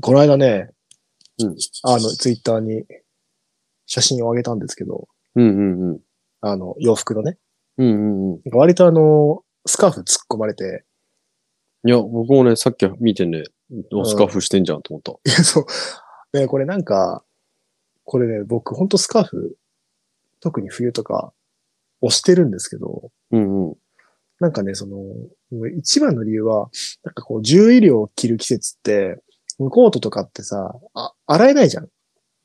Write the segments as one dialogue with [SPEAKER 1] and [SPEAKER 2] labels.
[SPEAKER 1] この間ね、
[SPEAKER 2] うん
[SPEAKER 1] あの、ツイッターに写真をあげたんですけど、
[SPEAKER 2] うんうんうん。
[SPEAKER 1] あの、洋服のね、
[SPEAKER 2] うんうんうん。
[SPEAKER 1] なんか割とあの、スカーフ突っ込まれて、
[SPEAKER 2] いや、僕もね、さっき見てね、おスカーフしてんじゃんと思った。
[SPEAKER 1] いやそう、ね、これなんか、これね、僕ほんとスカーフ、特に冬とか、押してるんですけど、
[SPEAKER 2] うんうん。
[SPEAKER 1] なんかね、その、一番の理由は、なんかこう、重衣料を着る季節って、コートとかってさ、あ洗えないじゃん。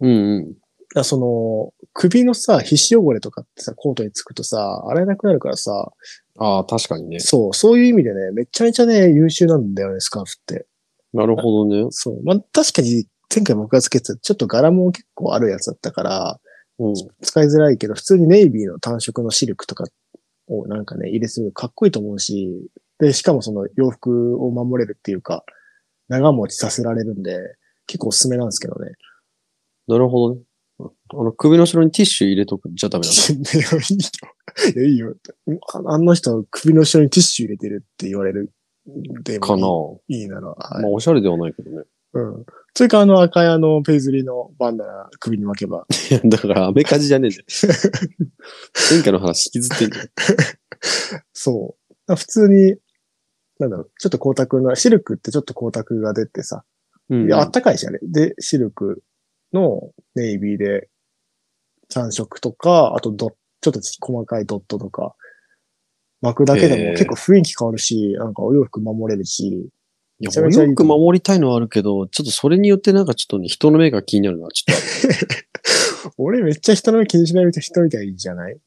[SPEAKER 2] うんうん。
[SPEAKER 1] あその、首のさ、皮脂汚れとかってさ、コートにつくとさ、洗えなくなるからさ、
[SPEAKER 2] ああ、確かにね。
[SPEAKER 1] そう、そういう意味でね、めちゃめちゃね、優秀なんだよね、スカーフって。
[SPEAKER 2] なるほどね。
[SPEAKER 1] そう。まあ、確かに、前回僕がつけてた、ちょっと柄も結構あるやつだったから、
[SPEAKER 2] うん。
[SPEAKER 1] 使いづらいけど、普通にネイビーの単色のシルクとかをなんかね、入れするかっこいいと思うし、で、しかもその洋服を守れるっていうか、長持ちさせられるんで、結構おすすめなんですけどね。
[SPEAKER 2] なるほどね。あの、首の後ろにティッシュ入れとくん じゃダメなんだ。
[SPEAKER 1] いや、いいよ。いや、いいよ。ああの人、首の下にティッシュ入れてるって言われる。でも
[SPEAKER 2] かな、
[SPEAKER 1] いいなら。はい
[SPEAKER 2] まあ、おしゃれではないけどね。
[SPEAKER 1] うん。それか、あの赤いあの、ペイズリーのバンダナ首に巻けば。
[SPEAKER 2] いや、だから、アメカジじゃねえじゃん。前回の話引きずってんじゃん。
[SPEAKER 1] そう。だから普通に、なんだろう、ちょっと光沢の、シルクってちょっと光沢が出てさ、
[SPEAKER 2] うん、
[SPEAKER 1] いやあったかいし、あれ。で、シルクのネイビーで、単色とか、あとドッ、ちょっと細かいドットとか、巻くだけで
[SPEAKER 2] へ
[SPEAKER 1] も
[SPEAKER 2] ー
[SPEAKER 1] 結構雰囲気変わるし、なんかお洋服守れるし、
[SPEAKER 2] いや
[SPEAKER 1] めちゃ
[SPEAKER 2] お
[SPEAKER 1] めちゃいい
[SPEAKER 2] 洋服守りたいのはあるけど、ちょっとそれによってなんかちょっとね、人の目が気になるな。ちょっと。
[SPEAKER 1] 俺めっちゃ人の目気にしない人みたいじゃない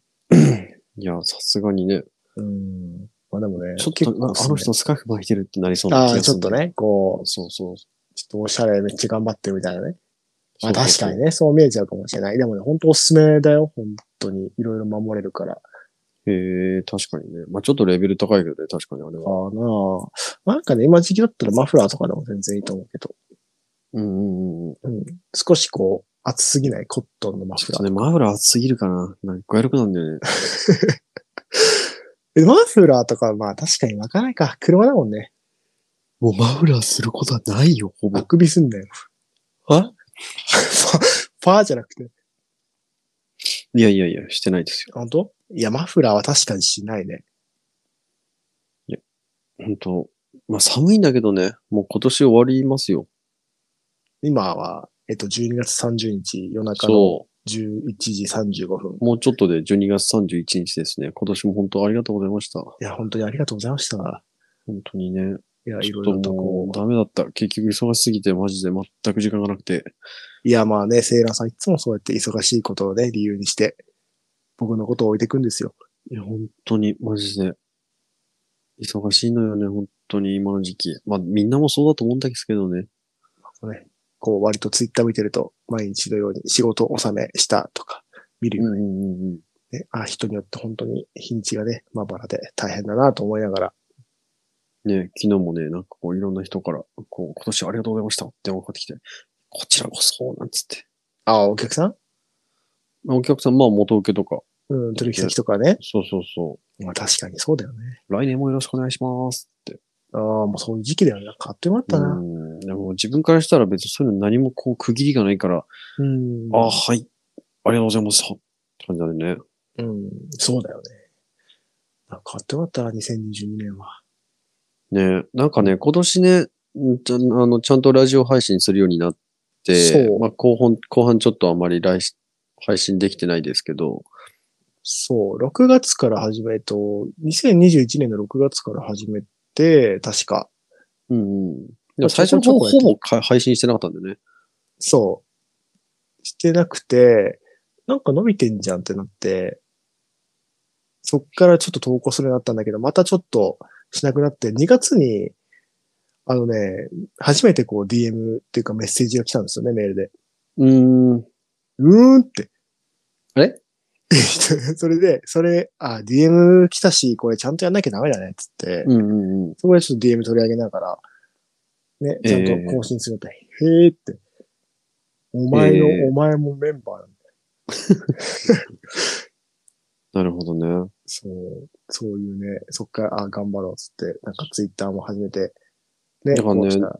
[SPEAKER 2] いや、さすがにね。
[SPEAKER 1] うん。まあでもね、
[SPEAKER 2] ちょっ
[SPEAKER 1] 結
[SPEAKER 2] と、
[SPEAKER 1] 構
[SPEAKER 2] あ
[SPEAKER 1] おすす
[SPEAKER 2] あ
[SPEAKER 1] め
[SPEAKER 2] の人スカーフ巻いてるってなりそうな気
[SPEAKER 1] ああ、
[SPEAKER 2] が
[SPEAKER 1] ち
[SPEAKER 2] す
[SPEAKER 1] ょ
[SPEAKER 2] る
[SPEAKER 1] っ
[SPEAKER 2] んだ
[SPEAKER 1] と
[SPEAKER 2] よ。
[SPEAKER 1] ね、こう、
[SPEAKER 2] そうそう。
[SPEAKER 1] ちょっとおしゃれめっちゃ頑張ってるみたいなね。まあ
[SPEAKER 2] そうそう
[SPEAKER 1] 確
[SPEAKER 2] そう
[SPEAKER 1] かにね、そう見えちゃうかもしれない。でもね、本当おすすめだよ、本当に。いろいろ守れるから。
[SPEAKER 2] へえ、確かにね。まあちょっとレベル高いけどね、確かにあれは。
[SPEAKER 1] ああなあ。なんかね、今時期だったらマフラーとかでも全然いいと思うけど、
[SPEAKER 2] うんうんうん。
[SPEAKER 1] 少しこう、厚すぎないコットンのマ
[SPEAKER 2] ちょ
[SPEAKER 1] フ
[SPEAKER 2] っ
[SPEAKER 1] ラ
[SPEAKER 2] と
[SPEAKER 1] ー。
[SPEAKER 2] ね、マフラー熱すぎるかな。なんか、力なんだよね。
[SPEAKER 1] えマフラーとかはまあ確かに巻かないか。車だもんね。
[SPEAKER 2] もうマフラーすることはないよ、ほぼ
[SPEAKER 1] あ。くびすんだよ。
[SPEAKER 2] あ
[SPEAKER 1] ファ ファーじゃなくて。
[SPEAKER 2] いやいやいや、してないですよ。
[SPEAKER 1] 本当いや、マフラーは確かにしないね。
[SPEAKER 2] 本当まあ寒いんだけどね、もう今年終わりますよ。
[SPEAKER 1] 今は、えっと、12月30日夜中の
[SPEAKER 2] そ
[SPEAKER 1] 11時35分。
[SPEAKER 2] う。もうちょっとで12月31日ですね。今年も本当ありがとうございました。本
[SPEAKER 1] いや、本当にありがとうございました。
[SPEAKER 2] 当にね。
[SPEAKER 1] いや、い
[SPEAKER 2] ちょ
[SPEAKER 1] ろ
[SPEAKER 2] っ
[SPEAKER 1] い
[SPEAKER 2] と
[SPEAKER 1] ろとこ
[SPEAKER 2] もう
[SPEAKER 1] う。
[SPEAKER 2] ダメだった。結局忙しすぎてマジで全く時間がなくて。
[SPEAKER 1] いや、まあね、セイラーさんいつもそうやって忙しいことをね、理由にして、僕のことを置いていくんですよ。
[SPEAKER 2] いや、本当にマジで。忙しいのよね、本当に今の時期。まあみんなもそうだと思うんですけどね。
[SPEAKER 1] こう、割とツイッター見てると、毎日のように仕事納めしたとか、見る
[SPEAKER 2] う
[SPEAKER 1] よ
[SPEAKER 2] ん
[SPEAKER 1] ね。
[SPEAKER 2] うんうんうん。
[SPEAKER 1] あ、人によって本当に日にちがね、まばらで大変だなと思いながら。
[SPEAKER 2] ね、昨日もね、なんかこういろんな人から、こう、今年ありがとうございましたって電話がかかってきて、こちらこそ、なんつって。
[SPEAKER 1] あ、お客さん
[SPEAKER 2] まあお客さん、まあ元請けとか、
[SPEAKER 1] うん、取引先とかね。
[SPEAKER 2] そうそうそ
[SPEAKER 1] まあ確かにそうだよね。
[SPEAKER 2] う。来年もよろしくお願いしますって。
[SPEAKER 1] ああ、もうそういう時期だよね。買ってもらった
[SPEAKER 2] う
[SPEAKER 1] な。
[SPEAKER 2] ん。でも自分からしたら別にそういうの何もこう区切りがないから、
[SPEAKER 1] うん。
[SPEAKER 2] ああ、はい。ありがとうございました。って感じだね。
[SPEAKER 1] うん、そうだよね。買ってもらったな、2022年は。
[SPEAKER 2] ねなんかね、今年ね、んちゃんあのちゃんとラジオ配信するようになって
[SPEAKER 1] そ、う
[SPEAKER 2] まあ、後半、後半ちょっとあまり来し配信できてないですけど、
[SPEAKER 1] そう、6月から始め、えっと、2021年の6月から始めて、確か、
[SPEAKER 2] うんうん。で
[SPEAKER 1] まあ
[SPEAKER 2] も最初の
[SPEAKER 1] ちょ
[SPEAKER 2] 方
[SPEAKER 1] こちょこやって
[SPEAKER 2] ほぼか配信してなかったんだよね。
[SPEAKER 1] そう、してなくて、なんか伸びてんじゃんってなって、そっからちょっと投稿するようになったんだけど、またちょっとしなくなって、2月に、あのね、初めてこう DM っていうかメッセージが来たんですよね、メールで。
[SPEAKER 2] うーん。
[SPEAKER 1] うーんって。
[SPEAKER 2] あれ
[SPEAKER 1] それで、それ、あ、DM 来たし、これちゃんとやんなきゃダメだね、つって。
[SPEAKER 2] うんうんうん。
[SPEAKER 1] そこでちょっと DM 取り上げながら、ね、ちゃんと更新すると、へーって。お前の、
[SPEAKER 2] えー
[SPEAKER 1] お前もメンバーなんだ。
[SPEAKER 2] なるほどね。
[SPEAKER 1] そう、そういうね、そっから、あ、頑張ろうっつって、なんかツイッターも始めて、ね、
[SPEAKER 2] だからね
[SPEAKER 1] こうしたら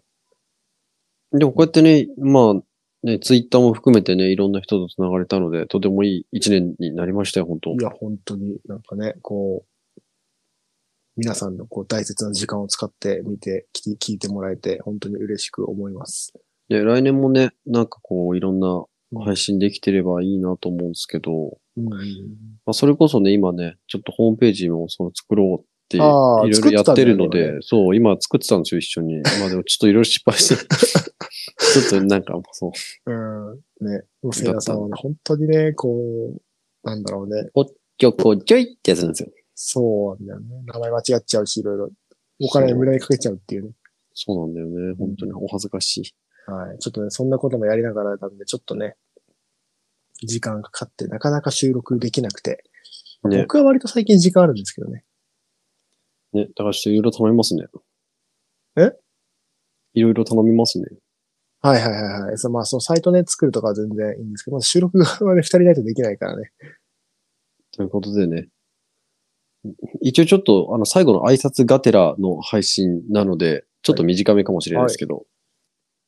[SPEAKER 2] でもこうやってね、まあ、ね、ツイッターも含めてね、いろんな人と繋がれたので、とてもいい一年になりましたよ、本当
[SPEAKER 1] いや、本当になんかね、こう、皆さんのこう大切な時間を使って見て、聞き聞いてもらえて、本当に嬉しく思います。
[SPEAKER 2] で、来年もね、なんかこう、いろんな配信できてればいいなと思うんですけど、
[SPEAKER 1] うん。
[SPEAKER 2] まあ、それこそね、今ね、ちょっとホームページもその作ろうって、い
[SPEAKER 1] あ
[SPEAKER 2] ろ
[SPEAKER 1] ー
[SPEAKER 2] いろやってるの
[SPEAKER 1] 作ってたんだ
[SPEAKER 2] で、
[SPEAKER 1] よね
[SPEAKER 2] そう、今作ってたんですよ、一緒 に。まあでもちょっといろいろ失敗 して、ちょっとなんか、そう、
[SPEAKER 1] うん。ね。もうせいやさんはね、本当にね、こう、なんだろうね。
[SPEAKER 2] ちょこちょいってやつなんですよ。
[SPEAKER 1] そうなんだよね。名前間違っちゃうし、いろいろ。お金無駄にかけちゃうっていうね。
[SPEAKER 2] そうなんだよね、本当にお恥ずかしい。
[SPEAKER 1] はい。ちょっとね、そんなこともやりながらなんで、ちょっとね、時間かかって、なかなか収録できなくて。
[SPEAKER 2] ね、
[SPEAKER 1] 僕は割と最近時間あるんですけどね。
[SPEAKER 2] ね、だからちょっといろいろ頼みますね。
[SPEAKER 1] え
[SPEAKER 2] いろいろ頼みますね。
[SPEAKER 1] はいはいはいはい。そうまあ、そのサイトね、作るとかは全然いいんですけど、まあ、収録はね、二人ないとできないからね。
[SPEAKER 2] ということでね。一応ちょっと、あの、最後の挨拶がてらの配信なので、ちょっと短めかもしれないですけど、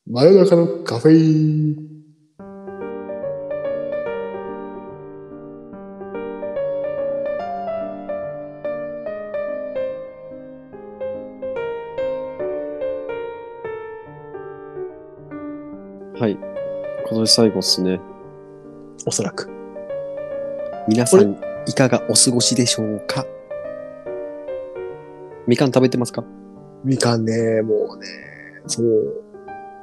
[SPEAKER 1] 真夜中のカフェイン。
[SPEAKER 2] はい。今年最後っすね。
[SPEAKER 1] おそらく。
[SPEAKER 2] 皆さん、いかがお過ごしでしょうかみかん食べてますか
[SPEAKER 1] みかんね、もうね、そう。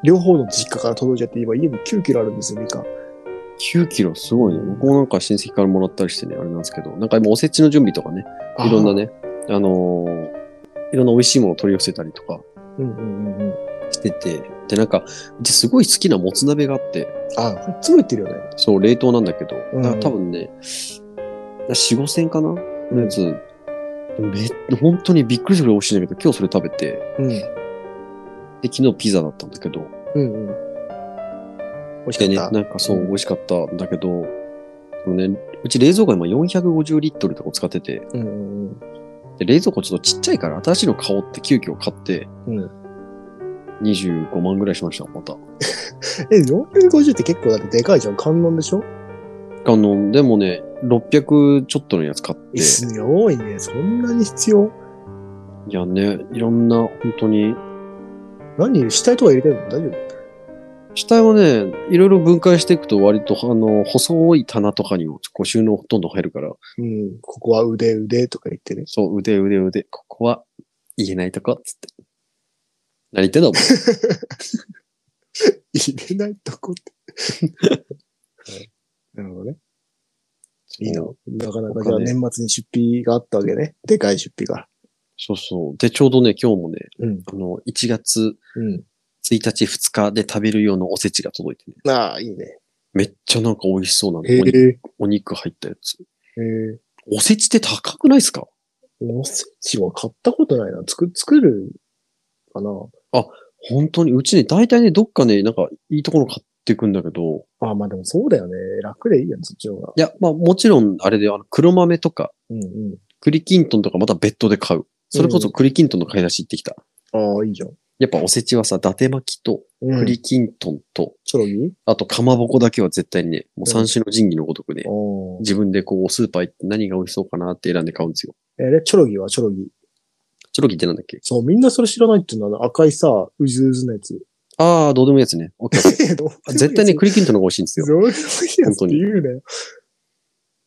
[SPEAKER 1] 両方の実家から届いちゃって、今家に9キロあるんですよ、みかん。
[SPEAKER 2] ?9 キロ、すごいね。僕もなんか親戚からもらったりしてね、あれなんですけど、なんか今おせちの準備とかね、いろんなね、あのーいろんな美味しいものを取り寄せたりとか
[SPEAKER 1] あー。うんうんうんうん。
[SPEAKER 2] してて、で、なんか、うちすごい好きなもつ鍋があって、
[SPEAKER 1] あ、これ届いてるよね。
[SPEAKER 2] そう、冷凍なんだけど、
[SPEAKER 1] うん
[SPEAKER 2] だ多分ね、4、5千かなのやつ、め、本当にびっくりするぐらい美味しいんだけど、今日それ食べて、
[SPEAKER 1] うん。
[SPEAKER 2] で、昨日ピザだったんだけど、
[SPEAKER 1] うんうん。美味
[SPEAKER 2] で
[SPEAKER 1] し
[SPEAKER 2] ね、
[SPEAKER 1] か
[SPEAKER 2] な
[SPEAKER 1] った。
[SPEAKER 2] んかそう、美味しかったんだけど、でもね、うち冷蔵庫が今450リットルとか使ってて、
[SPEAKER 1] うんうんうん。
[SPEAKER 2] で冷蔵庫ちょっとちっちゃいから新しいの買おうって急遽買って、
[SPEAKER 1] うん
[SPEAKER 2] 25万ぐらいしました、また。
[SPEAKER 1] え、450って結構だってでかいじゃん。観音でしょ
[SPEAKER 2] あの、でもね、600ちょっとのやつ買って
[SPEAKER 1] え、、すごいね。そんなに必要
[SPEAKER 2] いやね、いろんな、本当に、
[SPEAKER 1] 何死体とか入れてるの大丈夫
[SPEAKER 2] 死体はね、いろいろ分解していくと割と、あの、細い棚とかにもこう収納ほとんど入るから、
[SPEAKER 1] うん。ここは腕腕とか言ってね。
[SPEAKER 2] そう、腕腕腕、ここは言えないとこ、つって。何言ってんだ、お前。
[SPEAKER 1] 入れないとこ って。なるほどね。 いいな。なかなかじゃあ
[SPEAKER 2] 他ね
[SPEAKER 1] 年末に出費があったわけね。でかい出費が。
[SPEAKER 2] そうそう。で、ちょうどね、今日もね、
[SPEAKER 1] うん。
[SPEAKER 2] あの、1月
[SPEAKER 1] うん。
[SPEAKER 2] 1日2日で食べる用のおせちが届いてね。
[SPEAKER 1] ああ、いいね。
[SPEAKER 2] めっちゃなんか美味しそうなの。
[SPEAKER 1] へ
[SPEAKER 2] お肉
[SPEAKER 1] え。
[SPEAKER 2] お肉入ったやつ。
[SPEAKER 1] へえ。
[SPEAKER 2] おせちって高くないですか
[SPEAKER 1] おせちは買ったことないな。作、作るかな。
[SPEAKER 2] 本当に、うちね、大体ね、どっかね、なんかいいところ買ってくんだけど、
[SPEAKER 1] ああ、まあでもそうだよね。楽でいいやん、そっちの方が。
[SPEAKER 2] いや、まあもちろん、あれで、あの、黒豆とか、
[SPEAKER 1] うんうん。
[SPEAKER 2] 栗きんとんとかまた別途で買う。それこそ栗きんとんの買い出し行ってきた。
[SPEAKER 1] ああ、いいじゃん。
[SPEAKER 2] やっぱおせちはさ、伊達巻きと
[SPEAKER 1] うん。
[SPEAKER 2] 栗きんとんと、
[SPEAKER 1] チョロギ
[SPEAKER 2] あとかまぼこだけは絶対にね、もう三種の神器のごとくね、
[SPEAKER 1] お
[SPEAKER 2] 自分でこう、スーパー行って何が美味しそうかなって選んで買うんですよ。
[SPEAKER 1] えー、チョロギはチョロギ。
[SPEAKER 2] チョロキってなんだっけ
[SPEAKER 1] そう、みんなそれ知らないっていうのは、あの赤いさ、うずうずのやつ。
[SPEAKER 2] ああ、どうでもいいやつね。オッケーオッケーあ 絶対ね、
[SPEAKER 1] クリ
[SPEAKER 2] 栗きんとんの方が美味しいんです
[SPEAKER 1] ど
[SPEAKER 2] よ。
[SPEAKER 1] うでもいいやつって言うなよ。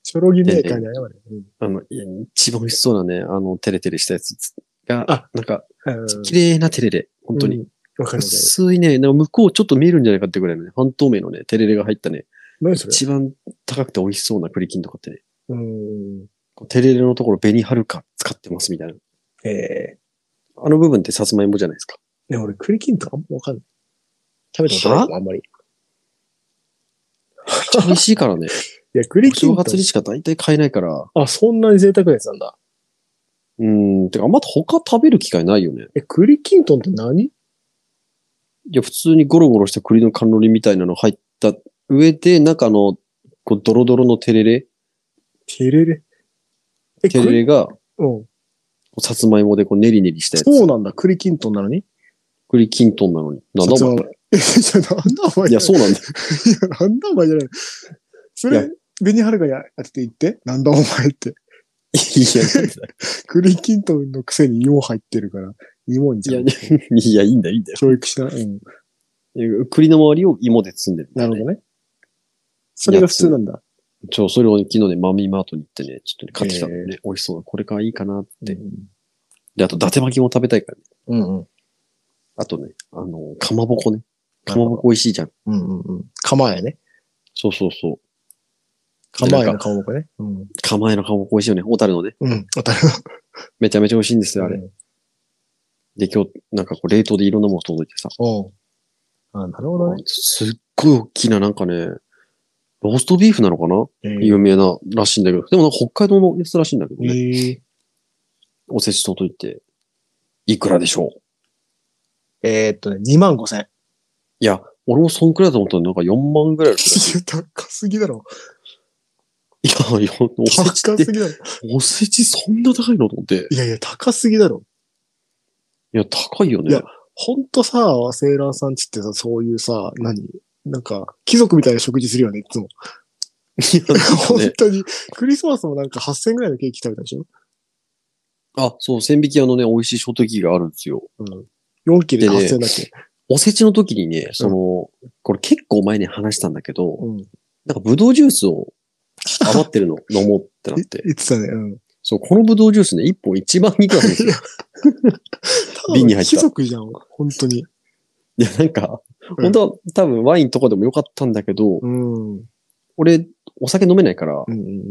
[SPEAKER 1] チョロギメーカーに謝れ。
[SPEAKER 2] あの、いや一番美味しそうなね、あの、テレテレしたやつが、
[SPEAKER 1] あ
[SPEAKER 2] なんか、
[SPEAKER 1] うん
[SPEAKER 2] 綺麗なテレレ。 本当に。。
[SPEAKER 1] うんわかるわかる。
[SPEAKER 2] 薄いね、なんか向こうちょっと見えるんじゃないかってぐらいのね、半透明のね、テレレが入ったね、
[SPEAKER 1] 何 それ
[SPEAKER 2] 一番高くて美味しそうな栗きんとんかってね、
[SPEAKER 1] うん。
[SPEAKER 2] こうテレレのところ紅はるか使ってますみたいな。
[SPEAKER 1] ええ
[SPEAKER 2] あの部分ってさつまいもじゃないですか。
[SPEAKER 1] ー。ね、俺、栗きんとんあんまわかんない。食べたことないかもあんまり。い
[SPEAKER 2] 美味しい からね、
[SPEAKER 1] や、栗
[SPEAKER 2] お
[SPEAKER 1] きんと
[SPEAKER 2] 正
[SPEAKER 1] ん
[SPEAKER 2] 月。にしか大体買えないから、
[SPEAKER 1] あ、そんなに贅沢なやつなんだ。
[SPEAKER 2] うーん、てかあんま他食べる機会ないよね。
[SPEAKER 1] え、栗きんとんって何
[SPEAKER 2] いや、普通にゴロゴロした栗の甘露煮みたいなの入った上で、なんかあの、こう、ドロドロのテレレ、
[SPEAKER 1] テレレ。え、
[SPEAKER 2] テレ
[SPEAKER 1] 栗
[SPEAKER 2] レが、こ
[SPEAKER 1] うん。
[SPEAKER 2] うさつまいもでこう、ネリネリしたやつ。
[SPEAKER 1] そうなんだ、栗きんとんなのに
[SPEAKER 2] 栗きんとんなのに。なんだお前
[SPEAKER 1] さつまいもいや、なんだお前。
[SPEAKER 2] いや、そうなんだ。
[SPEAKER 1] いや、なんだお前じゃない。そ
[SPEAKER 2] いや
[SPEAKER 1] れ、紅はるかに当てて言って、なんだお前って。
[SPEAKER 2] いや、なんだ
[SPEAKER 1] 栗きんとんのくせに芋入ってるから、芋に
[SPEAKER 2] い
[SPEAKER 1] じゃ
[SPEAKER 2] や
[SPEAKER 1] ん。
[SPEAKER 2] いや、いいんだ、いいんだよ
[SPEAKER 1] 教育しな、うん。
[SPEAKER 2] え。栗の周りを芋で包んでる、
[SPEAKER 1] なるほどね。それが普通なんだ。
[SPEAKER 2] ど。ちょ、それを昨日ね、マミーマートに行ってね、ちょっとね、買ってきたのね、美味しそう。これからいいかなって。で、あと、伊達巻きも食べたいからね。
[SPEAKER 1] うんうん。
[SPEAKER 2] あとね、あの、かまぼこね。かまぼこ美味しいじゃん。
[SPEAKER 1] うんうんうん。構えね。
[SPEAKER 2] そうそうそう。
[SPEAKER 1] 構え
[SPEAKER 2] な
[SPEAKER 1] の
[SPEAKER 2] んか
[SPEAKER 1] 顔もこね。うん。
[SPEAKER 2] 構えのかまぼこ美味しいよね。小樽のね。
[SPEAKER 1] うん。当たる。
[SPEAKER 2] めちゃめちゃ美味しいんですよ、あれ。
[SPEAKER 1] うん。
[SPEAKER 2] で、今日、なんかこう、冷凍でいろんなもの届いてさ。
[SPEAKER 1] おうあ、なるほどね。
[SPEAKER 2] すっごい大きな、なんかね、ローストビーフなのかな
[SPEAKER 1] え
[SPEAKER 2] 有名ならしいんだけど、でもなんか北海道のやつらしいんだけど
[SPEAKER 1] え
[SPEAKER 2] ね。
[SPEAKER 1] ー
[SPEAKER 2] おせち届いて、いくらでしょう
[SPEAKER 1] えーっとね、2万5千。
[SPEAKER 2] いや、俺もそんくらいだと思ったらなんか4万ぐらいする。
[SPEAKER 1] いや 高すぎだろ。
[SPEAKER 2] いや、いやおせ
[SPEAKER 1] 高
[SPEAKER 2] ちって
[SPEAKER 1] す、ぎだろ。
[SPEAKER 2] おせちそんな高いのと思って。
[SPEAKER 1] いやいや、高すぎだろ。
[SPEAKER 2] いや、高いよね。
[SPEAKER 1] いやほんとさ、セーラーさんちってさ、そういうさ、何なんか、貴族みたいな食事するよね、いつも。
[SPEAKER 2] いやなんか
[SPEAKER 1] 本
[SPEAKER 2] ね
[SPEAKER 1] 当に。クリスマスもなんか8000ぐらいのケーキ食べたでしょ
[SPEAKER 2] あ、そう、千匹屋のね、美味しいショートケーキがあるんですよ。
[SPEAKER 1] うん。4切れで8000だっけ、
[SPEAKER 2] おせちの時にね、その、これ結構前に話したんだけど、
[SPEAKER 1] うん。
[SPEAKER 2] なんかブドウジュースを余って るの飲もうってなって。
[SPEAKER 1] 言ってたね。うん。
[SPEAKER 2] そう、このブドウジュースね、1本1万いくらなんですよ。瓶に入った
[SPEAKER 1] 貴族じゃん、本当に。
[SPEAKER 2] いや、なんか、
[SPEAKER 1] うん
[SPEAKER 2] 本当は多分ワインとかでもよかったんだけど、
[SPEAKER 1] うん。うん
[SPEAKER 2] 俺、お酒飲めないから
[SPEAKER 1] うんう、ん。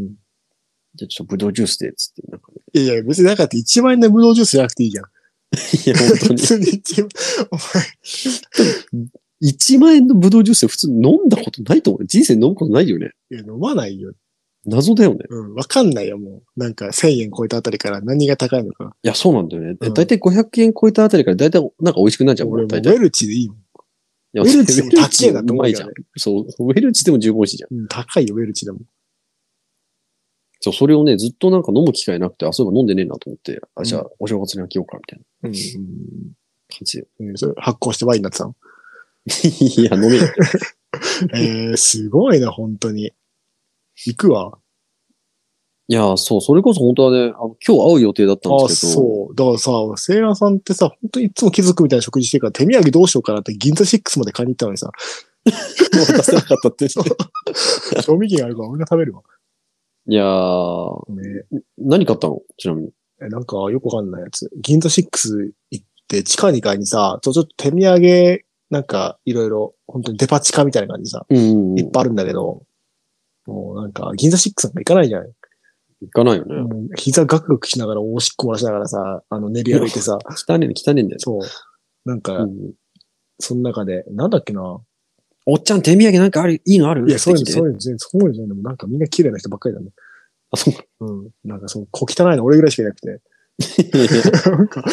[SPEAKER 2] じゃあちょっとブドウジュースで、つって、 なんかね。
[SPEAKER 1] いやいや、別にだからって1万円のブドウジュースじゃなくていいじゃん。
[SPEAKER 2] いや、本当
[SPEAKER 1] 普
[SPEAKER 2] に。
[SPEAKER 1] 通に1万、お前、
[SPEAKER 2] 1万円のブドウジュースで普通飲んだことないと思う。人生飲むことないよね。
[SPEAKER 1] いや飲まないよ。
[SPEAKER 2] 謎だよね。
[SPEAKER 1] うん、わかんないよ、もう。なんか1000円超えたあたりから何が高いのか。
[SPEAKER 2] いや、そうなんだよね。
[SPEAKER 1] うん
[SPEAKER 2] だいたい500円超えたあたりから、だいたいなんか美味しくなっちゃうもん。
[SPEAKER 1] 俺もう
[SPEAKER 2] 大
[SPEAKER 1] ウ
[SPEAKER 2] 体
[SPEAKER 1] ェルチでいいもん。
[SPEAKER 2] いや
[SPEAKER 1] ウェルチでも
[SPEAKER 2] ウェル
[SPEAKER 1] 高えなと
[SPEAKER 2] う
[SPEAKER 1] 思
[SPEAKER 2] ま
[SPEAKER 1] う
[SPEAKER 2] い
[SPEAKER 1] よ
[SPEAKER 2] じゃん
[SPEAKER 1] ね。
[SPEAKER 2] そう、ウェルチでも十分美味しいじゃん。
[SPEAKER 1] うん、高いよ、ウェルチでも。
[SPEAKER 2] そう、それをね、ずっとなんか飲む機会なくて、あ、そういえば飲んでねえなと思って、あ、じゃあお正月に開けようか、みたいな
[SPEAKER 1] うん。
[SPEAKER 2] 感じで。
[SPEAKER 1] うん、それ発酵してワインになってたの。
[SPEAKER 2] いや、飲めない。
[SPEAKER 1] えー、すごいな、本当に。行くわ。
[SPEAKER 2] いや、そう、それこそ本当はね、あの今日会う予定だったん
[SPEAKER 1] ああ、
[SPEAKER 2] ですけど、
[SPEAKER 1] そう。だからさ、セーラーさんってさ、本当にいつも気づくみたいな食事してるから、手土産どうしようかなって銀座6まで買いに行ったのに さ、
[SPEAKER 2] 渡せなかったって。
[SPEAKER 1] 賞味期限あるから俺が食べるわ。
[SPEAKER 2] いやー、
[SPEAKER 1] ね
[SPEAKER 2] 何買ったのちなみに。
[SPEAKER 1] えなんかよくわかんないやつ。銀座6行って、地下2階にさ、ちょ、ちょっと手土産、なんかいろいろ、本当にデパ地下みたいな感じでさ、
[SPEAKER 2] うん
[SPEAKER 1] いっぱいあるんだけど、もうなんか銀座6なんか行かないじゃない
[SPEAKER 2] い。行かないよね。
[SPEAKER 1] もう膝ガクガクしながら、おしっこ漏らしながらさ、あの、練り歩いてさ、
[SPEAKER 2] 汚ねえ、汚ねえんだよ
[SPEAKER 1] そう。なん
[SPEAKER 2] ね。う
[SPEAKER 1] か、
[SPEAKER 2] ん
[SPEAKER 1] その中で、なんだっけな。
[SPEAKER 2] おっちゃん、手土産なんかある、いいのある
[SPEAKER 1] いや、そういう
[SPEAKER 2] っ
[SPEAKER 1] の、
[SPEAKER 2] て
[SPEAKER 1] そういうの全然、そういうの全然、でもなんかみんな綺麗な人ばっかりだね。
[SPEAKER 2] あ、そう。
[SPEAKER 1] うん。なんかそう、小汚いの俺ぐらいしかいなくて。なんか、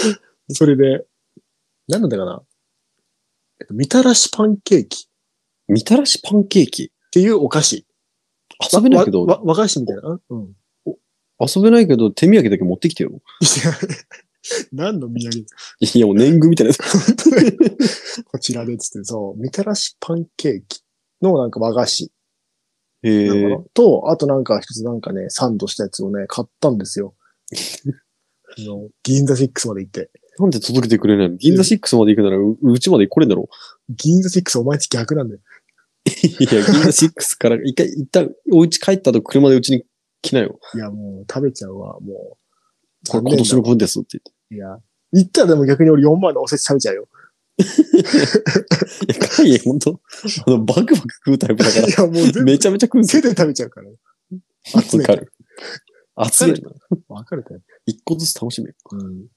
[SPEAKER 1] それで、なんだったかな。えっとみたらしパンケーキ
[SPEAKER 2] みたらしパンケーキ。
[SPEAKER 1] っていうお菓子。
[SPEAKER 2] 遊べないけど、
[SPEAKER 1] わわ和菓子みたいな。うん。 い
[SPEAKER 2] 遊べないけど、手土産だけ持ってきてよ。
[SPEAKER 1] や、何の土産
[SPEAKER 2] いや、もう年貢みたいなや つ。
[SPEAKER 1] こちらでっつって、そう、みたらしパンケーキのなんか和菓子。
[SPEAKER 2] へ
[SPEAKER 1] なのか
[SPEAKER 2] え
[SPEAKER 1] な。と、あとなんか一つなんかね、サンドしたやつをね、買ったんです よ。あの銀座6まで行って。
[SPEAKER 2] なんで届けてくれないの銀座6まで行くならう、うちまで来れんだろ
[SPEAKER 1] 銀座6お前んち逆なんだよ。
[SPEAKER 2] う。いや、銀座6から、一回、一旦、お家帰った後、車でうちに来なよ。
[SPEAKER 1] いや、もう食べちゃうわ、もう。
[SPEAKER 2] こ
[SPEAKER 1] 残
[SPEAKER 2] れ今
[SPEAKER 1] 念だ
[SPEAKER 2] 年の分ですって
[SPEAKER 1] いや、行ったらでも逆に俺4万のおせち食べち ゃうよ。
[SPEAKER 2] 言って。いや、カイエ、ほ んと、あの、バクバク食うタイプだか
[SPEAKER 1] いや、もう全
[SPEAKER 2] ら、
[SPEAKER 1] 部
[SPEAKER 2] めちゃめちゃ食うんです
[SPEAKER 1] 手
[SPEAKER 2] よ。
[SPEAKER 1] で食べちゃうから。
[SPEAKER 2] わ
[SPEAKER 1] 集め
[SPEAKER 2] かる。集めるな。
[SPEAKER 1] わかるかよ。
[SPEAKER 2] 一個ずつ楽しめる。
[SPEAKER 1] うん。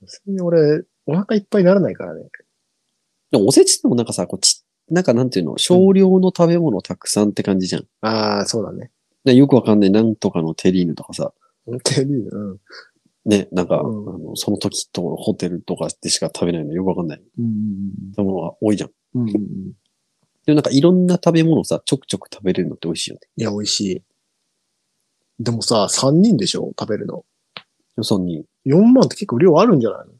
[SPEAKER 1] 別に俺、お腹いっぱいにならないからね。
[SPEAKER 2] でもおせちでもなんかさ、こうち、なんかなんていうの、少量の食べ物たくさんって感じじゃん。
[SPEAKER 1] ああ、そうだね。
[SPEAKER 2] ねよくわかんない、なんとかのテリーヌとかさ、
[SPEAKER 1] テリーヌうん。
[SPEAKER 2] ね、なんか、
[SPEAKER 1] うん
[SPEAKER 2] あのその時とホテルとかでしか食べないのよくわかんない
[SPEAKER 1] うん
[SPEAKER 2] ものが多いじゃん。
[SPEAKER 1] うんうん。うんうんうん。
[SPEAKER 2] でもなんかいろんな食べ物さ、ちょくちょく食べれるのって美味しいよね。
[SPEAKER 1] いや、美味しい。でもさ、3人でしょ食べるの。
[SPEAKER 2] 予算に。い
[SPEAKER 1] 4万って結構量あるんじゃないの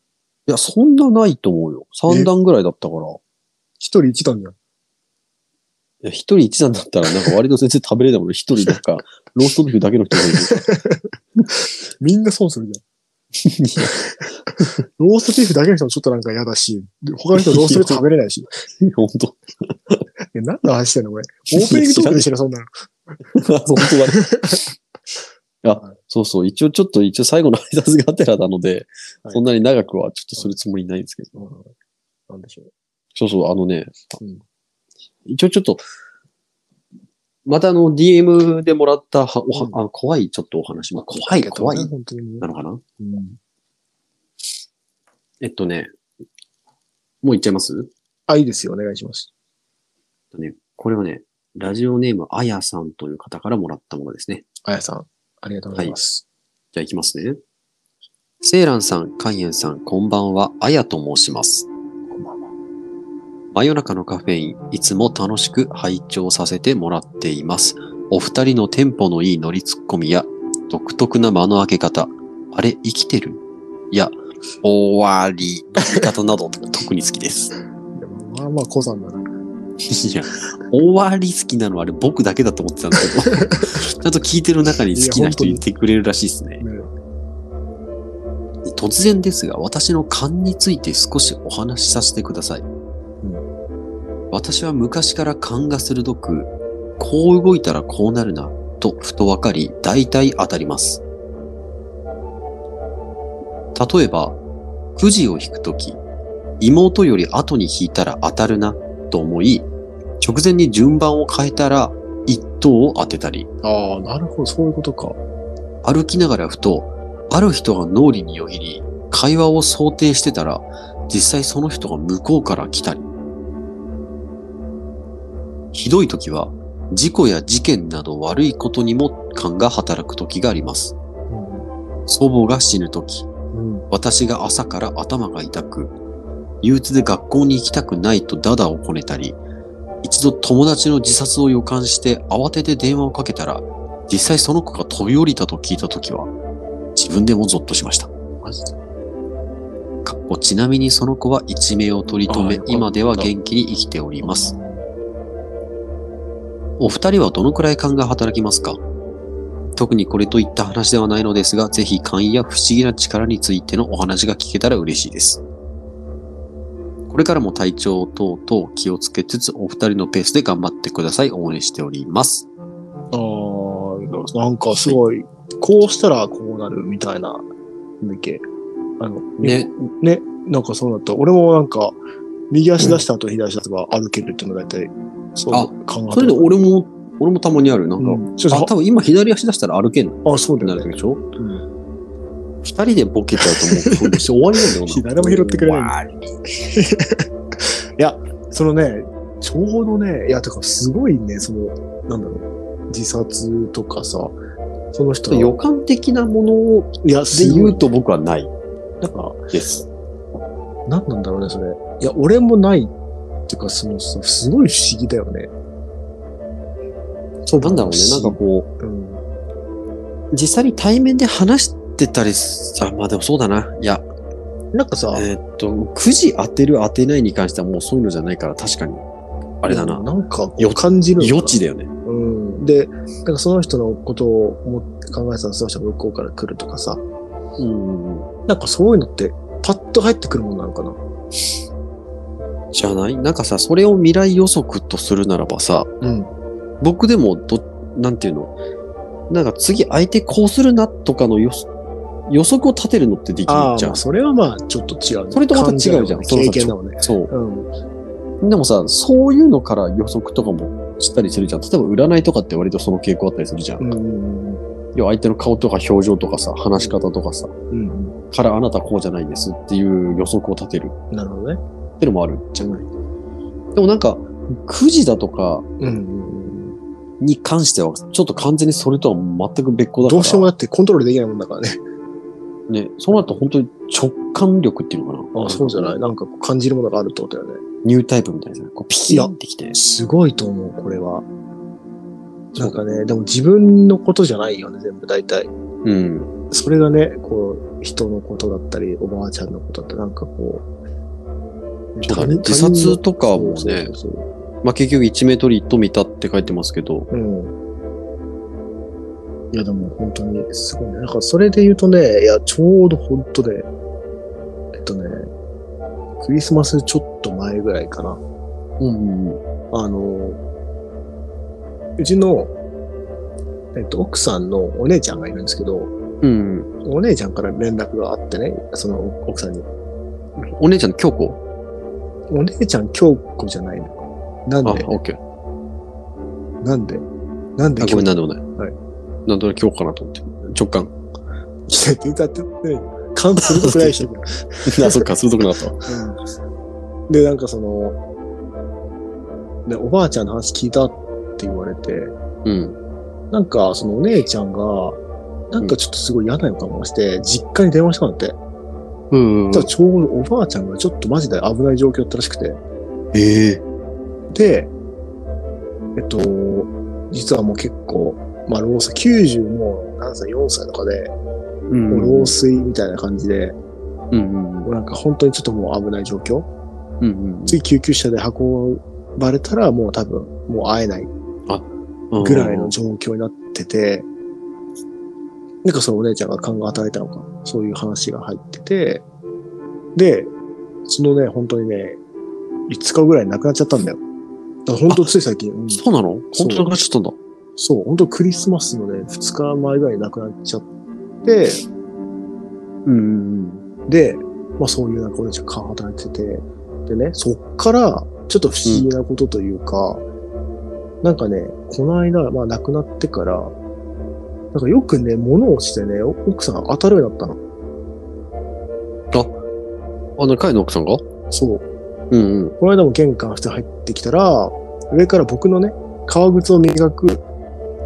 [SPEAKER 2] や、そんなないと思うよ。3段ぐらいだったから。
[SPEAKER 1] 一人一段じゃん。
[SPEAKER 2] いや一人一段だったら、なんか割と全然食べれないもんね。一人なんか、ローストビーフだけの人がいる。
[SPEAKER 1] みんな損するじゃん。ローストビーフだけの人もちょっとなんか嫌だし、他の人ローストビーフ食べれないし。 い
[SPEAKER 2] 本当
[SPEAKER 1] や何の話してんのこれ。オープニングトークでしろ、そんなの。
[SPEAKER 2] 本当だね。あ、そうそう。一応ちょっと、一応最後の挨拶がてらなので、
[SPEAKER 1] はい
[SPEAKER 2] そんなに長くはちょっとするつもりないんですけ ど。
[SPEAKER 1] うんなんでしょう。
[SPEAKER 2] そうそう、あのね、
[SPEAKER 1] うん
[SPEAKER 2] 一応ちょっと、またあの DM でもらったはおは、
[SPEAKER 1] うん
[SPEAKER 2] あの怖いちょっとお話、まあ、怖い、怖い
[SPEAKER 1] 本当に
[SPEAKER 2] な。のかな
[SPEAKER 1] うん
[SPEAKER 2] えっとね、もう言っちゃいます
[SPEAKER 1] あ、いいですよ。お願いします。
[SPEAKER 2] えっとねこれはね、ラジオネームあやさんという方からもらったものですね。
[SPEAKER 1] あやさん、ありがとうございます。
[SPEAKER 2] じゃあ行きますね。セイランさん、カイエンさん、こんばんは、あやと申します。
[SPEAKER 1] こんばんは。
[SPEAKER 2] 真夜中のカフェイン、いつも楽しく拝聴させてもらっています。お二人のテンポのいい乗りツッコミや、独特な間の開け方、あれ、生きてるいや、終わり、の言い方など、特に好きです。
[SPEAKER 1] いやまあまあ、小さんだな。
[SPEAKER 2] いや、終わり好きなのはあれ、僕だけだと思ってたんだけど、ちゃんと聞いてる中に好きな人いてくれるらしいですね。
[SPEAKER 1] ね
[SPEAKER 2] 突然ですが、私の勘について少しお話しさせてください。私は昔から勘が鋭く、こう動いたらこうなるな、とふとわかり、大体当たります。例えば、くじを引くとき、妹より後に引いたら当たるな、と思い、直前に順番を変えたら、一等を当てたり、
[SPEAKER 1] ああ、なるほど、そういうことか。
[SPEAKER 2] 歩きながらふと、ある人が脳裏によぎり、会話を想定してたら、実際その人が向こうから来たり。ひどい時は、事故や事件など悪いことにも感が働く時があります。
[SPEAKER 1] う
[SPEAKER 2] 祖母が死ぬ時、
[SPEAKER 1] ん。うん。
[SPEAKER 2] 私が朝から頭が痛く、憂鬱で学校に行きたくないとダダをこねたり、一度友達の自殺を予感して慌てて電話をかけたら、実際その子が飛び降りたと聞いた時は、自分でもゾッとしました。
[SPEAKER 1] マジで。
[SPEAKER 2] かっこちなみにその子は一命を取り留
[SPEAKER 1] あーよ
[SPEAKER 2] め
[SPEAKER 1] かっ、た
[SPEAKER 2] 今では元気に生きております。。お二人はどのくらい勘が働きますか特にこれといった話ではないのですが、ぜひ勘や不思議な力についてのお話が聞けたら嬉しいです。これからも体調等々気をつけつつ、お二人のペースで頑張ってください。応援しております。
[SPEAKER 1] ああ、なんかすごい、こうしたらこうなるみたいな、なんだっけ。あの、
[SPEAKER 2] ね、
[SPEAKER 1] ね、なんかそうだった。俺もなんか、右足出した後、左足出せば歩けるっていうのが大体、そう
[SPEAKER 2] あ
[SPEAKER 1] 考え
[SPEAKER 2] それで俺も、俺もたまにある。なんか、
[SPEAKER 1] うん、ちょっ
[SPEAKER 2] あ、
[SPEAKER 1] と
[SPEAKER 2] 多分今左足出したら歩けんの
[SPEAKER 1] あ、そうだ
[SPEAKER 2] な
[SPEAKER 1] よ
[SPEAKER 2] る
[SPEAKER 1] ね。
[SPEAKER 2] でしょ
[SPEAKER 1] うん
[SPEAKER 2] 二人でボケちゃうともう、これ終わ りなんだよな。
[SPEAKER 1] 誰も拾ってくれない
[SPEAKER 2] ない。
[SPEAKER 1] そのね、ちょうどね、いや、てかすごいね、その、なんだろう、自殺とかさ、その人の
[SPEAKER 2] 予感的なものを
[SPEAKER 1] いや、
[SPEAKER 2] で
[SPEAKER 1] す
[SPEAKER 2] 言
[SPEAKER 1] ごいう
[SPEAKER 2] と僕はない
[SPEAKER 1] なんか、
[SPEAKER 2] です。
[SPEAKER 1] なんなんだろうね、それ。いや、俺もない。っていうか、その、そのすごい不思議だよね。そう
[SPEAKER 2] なんだろうね、なんか
[SPEAKER 1] か、
[SPEAKER 2] こ
[SPEAKER 1] うん。
[SPEAKER 2] う、実際に対面で話してたりさ、まあでもそうだな。いや、
[SPEAKER 1] なんかさ、
[SPEAKER 2] えーっと、くじ当てる当てないに関してはもうそういうのじゃないから確かに、あれだな。
[SPEAKER 1] なんかこう、
[SPEAKER 2] よ
[SPEAKER 1] 感じるのかな
[SPEAKER 2] 余地だよね。
[SPEAKER 1] うん。で、なんかその人のことを思って考えてたら、その人が向こうから来るとかさ、
[SPEAKER 2] うん。
[SPEAKER 1] なんかそういうのって、パッと入ってくるものなのかな。
[SPEAKER 2] じゃないなんかさ、それを未来予測とするならばさ、
[SPEAKER 1] うん。
[SPEAKER 2] 僕でもど、なんていうのなんか次相手こうするなとかの予測予測を立てるのってでき
[SPEAKER 1] あ
[SPEAKER 2] る
[SPEAKER 1] あ、
[SPEAKER 2] じゃ
[SPEAKER 1] ま
[SPEAKER 2] ん
[SPEAKER 1] あ、。それはまあ、ちょっと違うね、
[SPEAKER 2] それとまた違うじゃん
[SPEAKER 1] 感
[SPEAKER 2] その
[SPEAKER 1] 経験だもんね。
[SPEAKER 2] そう。
[SPEAKER 1] うん。
[SPEAKER 2] でもさ、そういうのから予測とかもしたりするじゃん。例えば占いとかって割とその傾向あったりするじゃん。
[SPEAKER 1] うん。
[SPEAKER 2] 要は相手の顔とか表情とかさ、話し方とかさ、
[SPEAKER 1] うん。
[SPEAKER 2] からあなたこうじゃないですっていう予測を立てる
[SPEAKER 1] なるほどね。
[SPEAKER 2] ってのもあるじ
[SPEAKER 1] じ
[SPEAKER 2] ゃ
[SPEAKER 1] ゃ
[SPEAKER 2] な
[SPEAKER 1] ないい。。
[SPEAKER 2] でもなんか、くじだとか
[SPEAKER 1] うん。
[SPEAKER 2] に関しては、ちょっと完全にそれとは全く別個だから。
[SPEAKER 1] どうしようもだってコントロールできないもんだからね。
[SPEAKER 2] ね、そうなると本当に直感力っていうのかな。
[SPEAKER 1] あそうじゃない。なんかこう感じるものがあるってことだよね。
[SPEAKER 2] ニュータイプみたいな。こうピキンってきて。
[SPEAKER 1] すごいと思う、これは。なんかね、でも自分のことじゃないよね、全部大体。
[SPEAKER 2] うん。
[SPEAKER 1] それがね、こう、人のことだったり、おばあちゃんのことだったり、なんかこう、
[SPEAKER 2] そうだね自殺とかもね
[SPEAKER 1] そうそうそ
[SPEAKER 2] まあ、結局1メートル1トン見たって書いてますけど、
[SPEAKER 1] ううん。いや、でも本当にすごいね。なんかそれで言うとね、いや、ちょうど本当ね、えっとね、クリスマスちょっと前ぐらいかな。
[SPEAKER 2] うんうん
[SPEAKER 1] あの、うちの、えっと、奥さんのお姉ちゃんがいるんですけど、
[SPEAKER 2] うん、
[SPEAKER 1] お姉ちゃんから連絡があってね、その奥さんに。
[SPEAKER 2] お姉ちゃんの京子
[SPEAKER 1] お姉ちゃん京子じゃないの。なん
[SPEAKER 2] あ、
[SPEAKER 1] で
[SPEAKER 2] オッケー。
[SPEAKER 1] なんでなんで
[SPEAKER 2] あご
[SPEAKER 1] 京
[SPEAKER 2] めん、
[SPEAKER 1] 子
[SPEAKER 2] なんでもない。
[SPEAKER 1] は
[SPEAKER 2] なんとなく京子かなと思って。直感。
[SPEAKER 1] 来て歌ってね、感するくらい人 じゃん
[SPEAKER 2] あ、そっか、鋭くなかったわ。
[SPEAKER 1] で、なんかその、で、おばあちゃんの話聞いたって言われて、
[SPEAKER 2] うん。
[SPEAKER 1] なんかそのお姉ちゃんが、なんかちょっとすごい嫌な予感がして、実家に電話したんだって。
[SPEAKER 2] うん
[SPEAKER 1] ただちょうどおばあちゃんがちょっとマジで危ない状況だったらしくて。
[SPEAKER 2] ええ
[SPEAKER 1] で、えっと、実はもう結構、まあ老衰、90も何歳、4歳とかで、
[SPEAKER 2] う。
[SPEAKER 1] もうん老衰みたいな感じで、
[SPEAKER 2] うん
[SPEAKER 1] もうなんか本当にちょっともう危ない状況。
[SPEAKER 2] うん。うんうん。
[SPEAKER 1] 次救急車で運ばれたらもう多分もう会えないぐらいの状況になってて、なんかそのお姉ちゃんが勘が働いたのか、そういう話が入ってて、で、そのね、本当にね、5日ぐらいに亡くなっちゃったんだよ。だから本当つい最近、うん
[SPEAKER 2] そうなの本当なくなっちゃったんだ。
[SPEAKER 1] そう、本当クリスマスのね、2日前ぐらいに亡くなっちゃって、
[SPEAKER 2] うんうん
[SPEAKER 1] で、まあそういうなんか俺たちが勘働いてて、でね、そっから、ちょっと不思議なことというか、なんかね、この間、まあ亡くなってから、なんかよくね、物をしてね、お奥さんが当たるようになったの。
[SPEAKER 2] うん。あの、会の奥さんが
[SPEAKER 1] そう。
[SPEAKER 2] うんうん。
[SPEAKER 1] この間も玄関して入ってきたら、上から僕のね、革靴を磨く、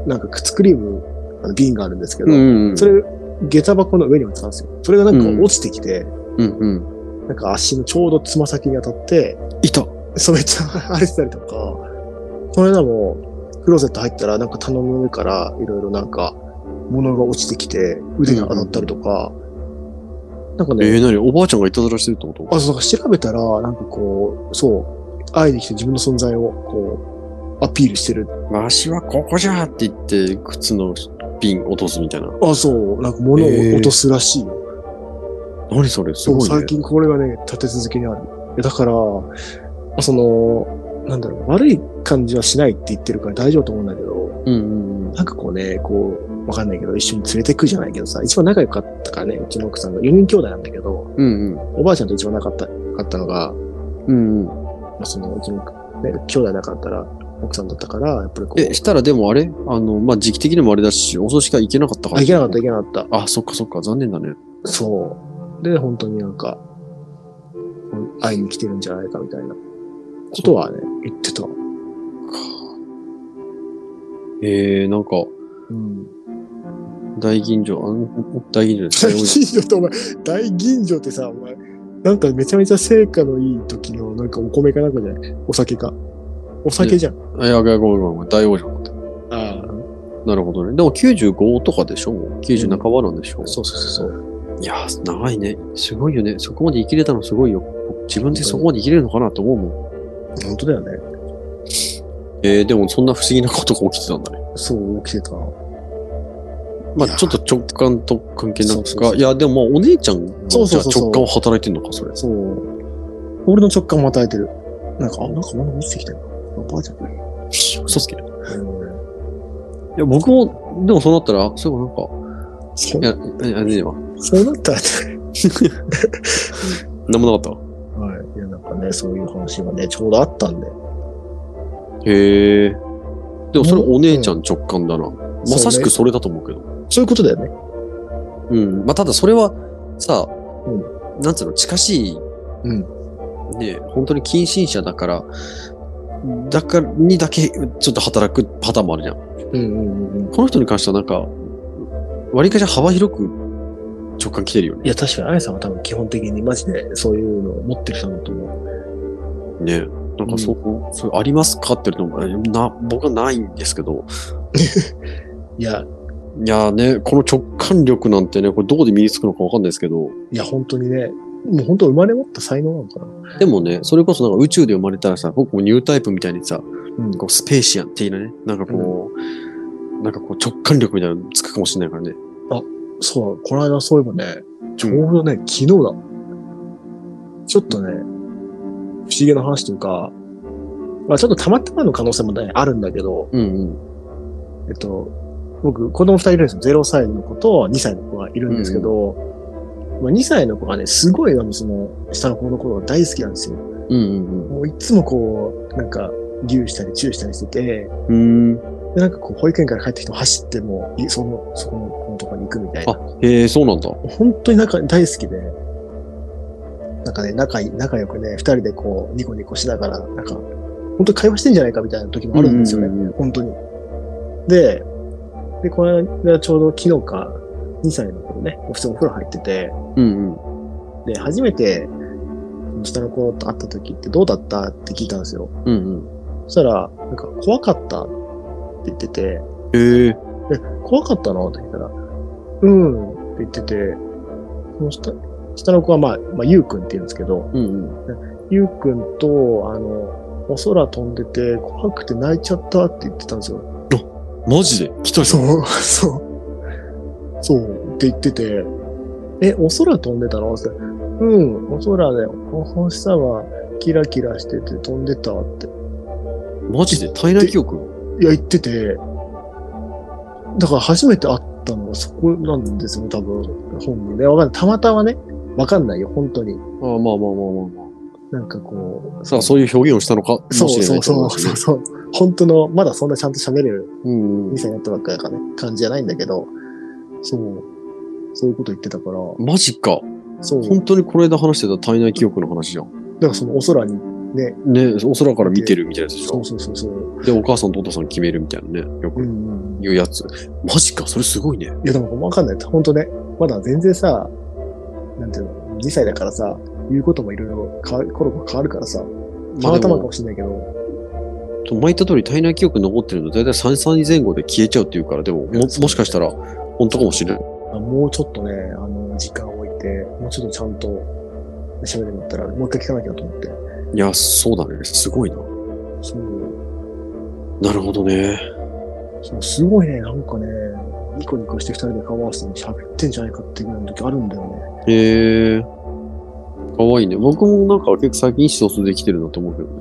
[SPEAKER 1] なんか靴クリーム、あの瓶があるんですけど、
[SPEAKER 2] うんうん。
[SPEAKER 1] それ、下駄箱の上に置いてたんですよ。それがなんか
[SPEAKER 2] うん
[SPEAKER 1] 落ちてきて、
[SPEAKER 2] うんうん。
[SPEAKER 1] なんか足のちょうどつま先に当たって、
[SPEAKER 2] いた。
[SPEAKER 1] そうめっちゃ荒れてたりとか、この間もクローゼット入ったらなんか頼む上からいろいろなんか物が落ちてきて腕に当たったりとか、なんか
[SPEAKER 2] え
[SPEAKER 1] ね、
[SPEAKER 2] え、なにおばあちゃんがいたずらしてるってこと
[SPEAKER 1] あ、そう、なんか調べたらなんかこう、そう、会いに来て自分の存在をこう、アピールしてる。
[SPEAKER 2] わしはここじゃって言って、靴の瓶落とすみたいな。
[SPEAKER 1] あ、そう、なんか物を落とすらしいよ。
[SPEAKER 2] 何それす
[SPEAKER 1] そう、
[SPEAKER 2] ごいね
[SPEAKER 1] 最。近これがね、立て続けにある。いやだから、その、なんだろう、悪い感じはしないって言ってるから大丈夫と思うんだけど、
[SPEAKER 2] うんうんうん。
[SPEAKER 1] なんかこうね、こう、わかんないけど、一緒に連れてくじゃないけどさ、一番仲良かったからね、うちの奥さんが4人兄弟なんだけど、
[SPEAKER 2] うんうん。
[SPEAKER 1] おばあちゃんと一番仲良かったかったのが、
[SPEAKER 2] うんうん。
[SPEAKER 1] まあ、その、うちの、ね、兄弟なかったら、奥さんだったから、やっぱりこう、
[SPEAKER 2] え、したらでもあれあの、まあ、時期的にもあれだし、お葬式は行けなかったか
[SPEAKER 1] あ、
[SPEAKER 2] ら。
[SPEAKER 1] いけなかった、いけなかった。
[SPEAKER 2] あ、そっかそっか、残念だね。
[SPEAKER 1] そう。で、本当になんか、こう会いに来てるんじゃないかみたいなことはね、言ってた。う
[SPEAKER 2] えー、なんか、
[SPEAKER 1] ん。
[SPEAKER 2] 大吟醸、あん大吟醸です
[SPEAKER 1] 大
[SPEAKER 2] ね。
[SPEAKER 1] 吟醸ってお前、大吟醸ってさ、お前、なんかめちゃめちゃ成果のいい時の、なんかお米かなんかじゃないお酒か。お酒じゃん。
[SPEAKER 2] あ、いや、ごめんごめんごめん、大王女だっ
[SPEAKER 1] あ
[SPEAKER 2] た。
[SPEAKER 1] あ。
[SPEAKER 2] なるほどね。でも95とかでしょもう ?90 半ばなんでしょ、
[SPEAKER 1] そうそうそうそう。
[SPEAKER 2] いやー、長いね。すごいよね。そこまで生きれたのすごいよ。自分でそこまで生きれるのかなと思うもん。
[SPEAKER 1] 本当だよね。
[SPEAKER 2] えー、でもそんな不思議なことが起きてたんだね。
[SPEAKER 1] そう、起きてた。
[SPEAKER 2] まあ
[SPEAKER 1] いやー
[SPEAKER 2] ちょっと直感と関係な
[SPEAKER 1] そ
[SPEAKER 2] く
[SPEAKER 1] う
[SPEAKER 2] か。
[SPEAKER 1] そうそう
[SPEAKER 2] いや、でもまあお姉ちゃんが
[SPEAKER 1] そうそうそう
[SPEAKER 2] じゃ
[SPEAKER 1] そう
[SPEAKER 2] あ直感を働いてんのか、それ。
[SPEAKER 1] そう。俺の直感も与えてる。なんか、あ、なんか物落ちてきたよ。おばあちゃんだよ。
[SPEAKER 2] 嘘つけ。いや、僕も、でもそうなったら、そういえばなんか、
[SPEAKER 1] そ
[SPEAKER 2] いや、いや、いやねえわ。
[SPEAKER 1] そうなったらね。
[SPEAKER 2] なんもなかっ
[SPEAKER 1] はい。いや、なんかね、そういう話がね、ちょうどあったんで。
[SPEAKER 2] た。へえ。でもそれお姉ちゃん直感だな。まさしくそれだと思うけど。
[SPEAKER 1] そういうことだよね。
[SPEAKER 2] うん。まあ、ただそれは、さ、
[SPEAKER 1] う
[SPEAKER 2] なんつうの、近しい、
[SPEAKER 1] うん。
[SPEAKER 2] ね、本当に近親者だから、だから、にだけ、ちょっと働くパターンもあるじゃん。
[SPEAKER 1] うんうんうんうん。
[SPEAKER 2] この人に関してはなんか、割りかし幅広く直感来てるよね。
[SPEAKER 1] いや、確かに、あやさんは多分基本的にマジでそういうのを持ってる人だと思う。
[SPEAKER 2] ね。なんかそう、それありますかって言うと、な、僕はないんですけど、
[SPEAKER 1] いや、
[SPEAKER 2] いやーね、この直感力なんてね、これどこで身につくのかわかんないですけど、
[SPEAKER 1] いや、本当にね、もう本当生まれ持った才能なのかな。
[SPEAKER 2] でもね、それこそなんか宇宙で生まれたらさ、僕もニュータイプみたいにさ、
[SPEAKER 1] うん
[SPEAKER 2] こうスペーシアンっていうのね、なんかこう、なんかこう直感力みたいなのつくかもしれないからね。
[SPEAKER 1] そう、この間そういえばね、ちょうどね、昨日だ。ちょっとね、不思議な話というか、まあちょっとたまたまの可能性もね、あるんだけど、
[SPEAKER 2] うんうん。
[SPEAKER 1] えっと、僕、子供二人いるんですよ。0歳の子と2歳の子がいるんですけど、まあ、2歳の子がね、すごい、あの、その、下の子の頃が大好きなんですよ。
[SPEAKER 2] うんうん
[SPEAKER 1] もういつもこう、なんか、牛したりチューしたりしてて、
[SPEAKER 2] うん。うーん。
[SPEAKER 1] で、なんかこう、保育園から帰ってきても走ってもう、いその、そこの子のとこに行くみたいな。
[SPEAKER 2] あ、へえ、そうなんだ。
[SPEAKER 1] 本当に仲大好きで、なんかね、仲いい仲良くね、二人でこう、ニコニコしながら、なんか、本当に会話してんじゃないかみたいな時もあるんですよね、
[SPEAKER 2] うんうんうん
[SPEAKER 1] 本当に。で、で、この間ちょうど昨日か、2歳の頃ね、普通にお風呂入ってて、
[SPEAKER 2] うんうん。
[SPEAKER 1] で、初めて、下の子と会った時ってどうだったって聞いたんですよ。
[SPEAKER 2] うん
[SPEAKER 1] そしたら、なんか、怖かったって言ってて、
[SPEAKER 2] うん。へえ。
[SPEAKER 1] 怖かったのって言ったら、うんって言ってて、その下下の子は、まあ、まあ、ゆうくんって言うんですけど、
[SPEAKER 2] うんうん。
[SPEAKER 1] ゆうくんと、あの、お空飛んでて、怖くて泣いちゃったって言ってたんですよ。
[SPEAKER 2] マジで来たじゃん。
[SPEAKER 1] う、そう。そうって言ってて、え、お空飛んでたのってうん、お空で、お星様、キラキラしてて飛んでたって。
[SPEAKER 2] マジで体内記憶
[SPEAKER 1] いや、言ってて、だから初めて会ったのがそこなんですよね、多分。本人で。わかんない。たまたまね、わかんないよ、本当に。
[SPEAKER 2] ああ、まあまあまあまあま
[SPEAKER 1] なんかこ
[SPEAKER 2] あ。
[SPEAKER 1] う。
[SPEAKER 2] さあ、そういう表現をしたのかもし
[SPEAKER 1] そう
[SPEAKER 2] れな
[SPEAKER 1] そ
[SPEAKER 2] いう
[SPEAKER 1] そうそうそう。本当の、まだそんなちゃんと喋れる
[SPEAKER 2] う。うんうん
[SPEAKER 1] 2。歳になったばっかりかね、感じじゃないんだけど、そう、そういうこと言ってたから、
[SPEAKER 2] マジか。
[SPEAKER 1] そう、だ
[SPEAKER 2] 本当にこの間話してた体内記憶の話じゃん。
[SPEAKER 1] からそのお空に、
[SPEAKER 2] ね、お空から見てるみたいなやつでし
[SPEAKER 1] そ
[SPEAKER 2] ょ
[SPEAKER 1] う。そうそうそう、
[SPEAKER 2] で、お母さんとお父さん決めるみたいなね、よ
[SPEAKER 1] うん
[SPEAKER 2] く
[SPEAKER 1] うんうん。い
[SPEAKER 2] 言うやつ。マジか、それすごいね。
[SPEAKER 1] や、でもわかんない。本当ね、まだ全然さ、なんていうの、2歳だからさ、言うこともいろいろ変わる、コロコロ変わるからさ、た
[SPEAKER 2] まあ
[SPEAKER 1] ま
[SPEAKER 2] で
[SPEAKER 1] たまか
[SPEAKER 2] も、
[SPEAKER 1] もしれないけど、
[SPEAKER 2] 前言った通り体内記憶残ってるの、だいたい3、3前後で消えちゃうっていうから、でも、ももしかしたら、本当かもしれない。
[SPEAKER 1] もうちょっとね、あの、時間を置いて、もうちょっとちゃんと喋るんだったら、もう一回聞かなきゃと思って。
[SPEAKER 2] いや、そうだね。すごいな。
[SPEAKER 1] そう、
[SPEAKER 2] なるほどね。
[SPEAKER 1] そう、すごいね、なんかね、ニコニコして二人で顔合わせても喋ってんじゃないかってぐらいの時あるんだよね。
[SPEAKER 2] へえ。かわいいね。僕もなんか結構最近意思疎通できてるなと思うけどね。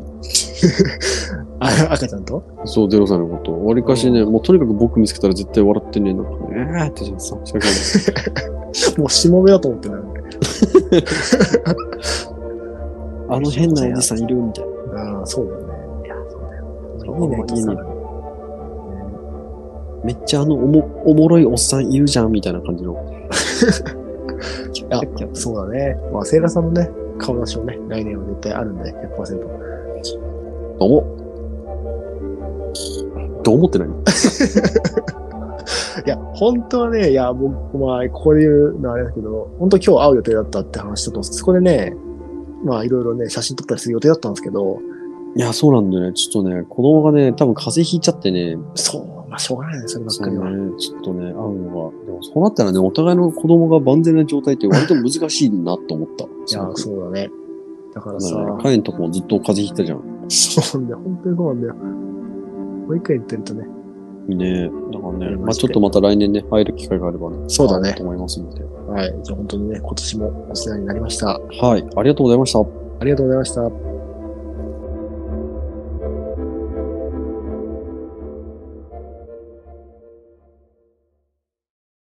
[SPEAKER 1] あ赤ちゃんと
[SPEAKER 2] そう、ゼロ歳のこと。わりかしね、もうとにかく僕見つけたら絶対笑ってね、なんかね、えーってさ、しゃべる
[SPEAKER 1] もうしもべだと思ってない。
[SPEAKER 2] あの変なおじさんいるみたいな。
[SPEAKER 1] ああ、そうだよね。いや、そうだよ。
[SPEAKER 2] いいね
[SPEAKER 1] おじさん
[SPEAKER 2] いいねめっちゃあのおもおもろいおっさんいるじゃんみたいな感じの。
[SPEAKER 1] あそうだね。まあ、セイラさんのね、顔出しもね、来年は絶対あるんで、100%。
[SPEAKER 2] どうも。どう思ってないの
[SPEAKER 1] いや、本当はね、いや、僕、まあ、ここで言うのはあれだけど、本当今日会う予定だったって話したと思うんですそこでね、まあ、いろいろね、写真撮ったりする予定だったんですけど、
[SPEAKER 2] いや、そうなんだよね。ちょっとね、子供がね、多分風邪ひいちゃってね、
[SPEAKER 1] そう、まあ、しょうがないね、そればっ
[SPEAKER 2] そ
[SPEAKER 1] か
[SPEAKER 2] う
[SPEAKER 1] りは。
[SPEAKER 2] ね、ちょっとね、会うのが。でもそうなったらね、お互いの子供が万全な状態って割と難しいなと思った。
[SPEAKER 1] い
[SPEAKER 2] す
[SPEAKER 1] や
[SPEAKER 2] ご、く
[SPEAKER 1] そうだね。だからさ、
[SPEAKER 2] だからね、カエンとかもずっと風邪ひいてたじゃん。
[SPEAKER 1] そうなんだよ、本当にそうなんだよ。保育園行ってるとね、
[SPEAKER 2] ねだからね、
[SPEAKER 1] うん
[SPEAKER 2] まあちょっとまた来年ね、会える機会があればね、
[SPEAKER 1] そうだね
[SPEAKER 2] 会おと思いますので。
[SPEAKER 1] はい、じゃあ本当にね、今年もお世話になりました。
[SPEAKER 2] はい、ありがとうございました。
[SPEAKER 1] ありがとうございました。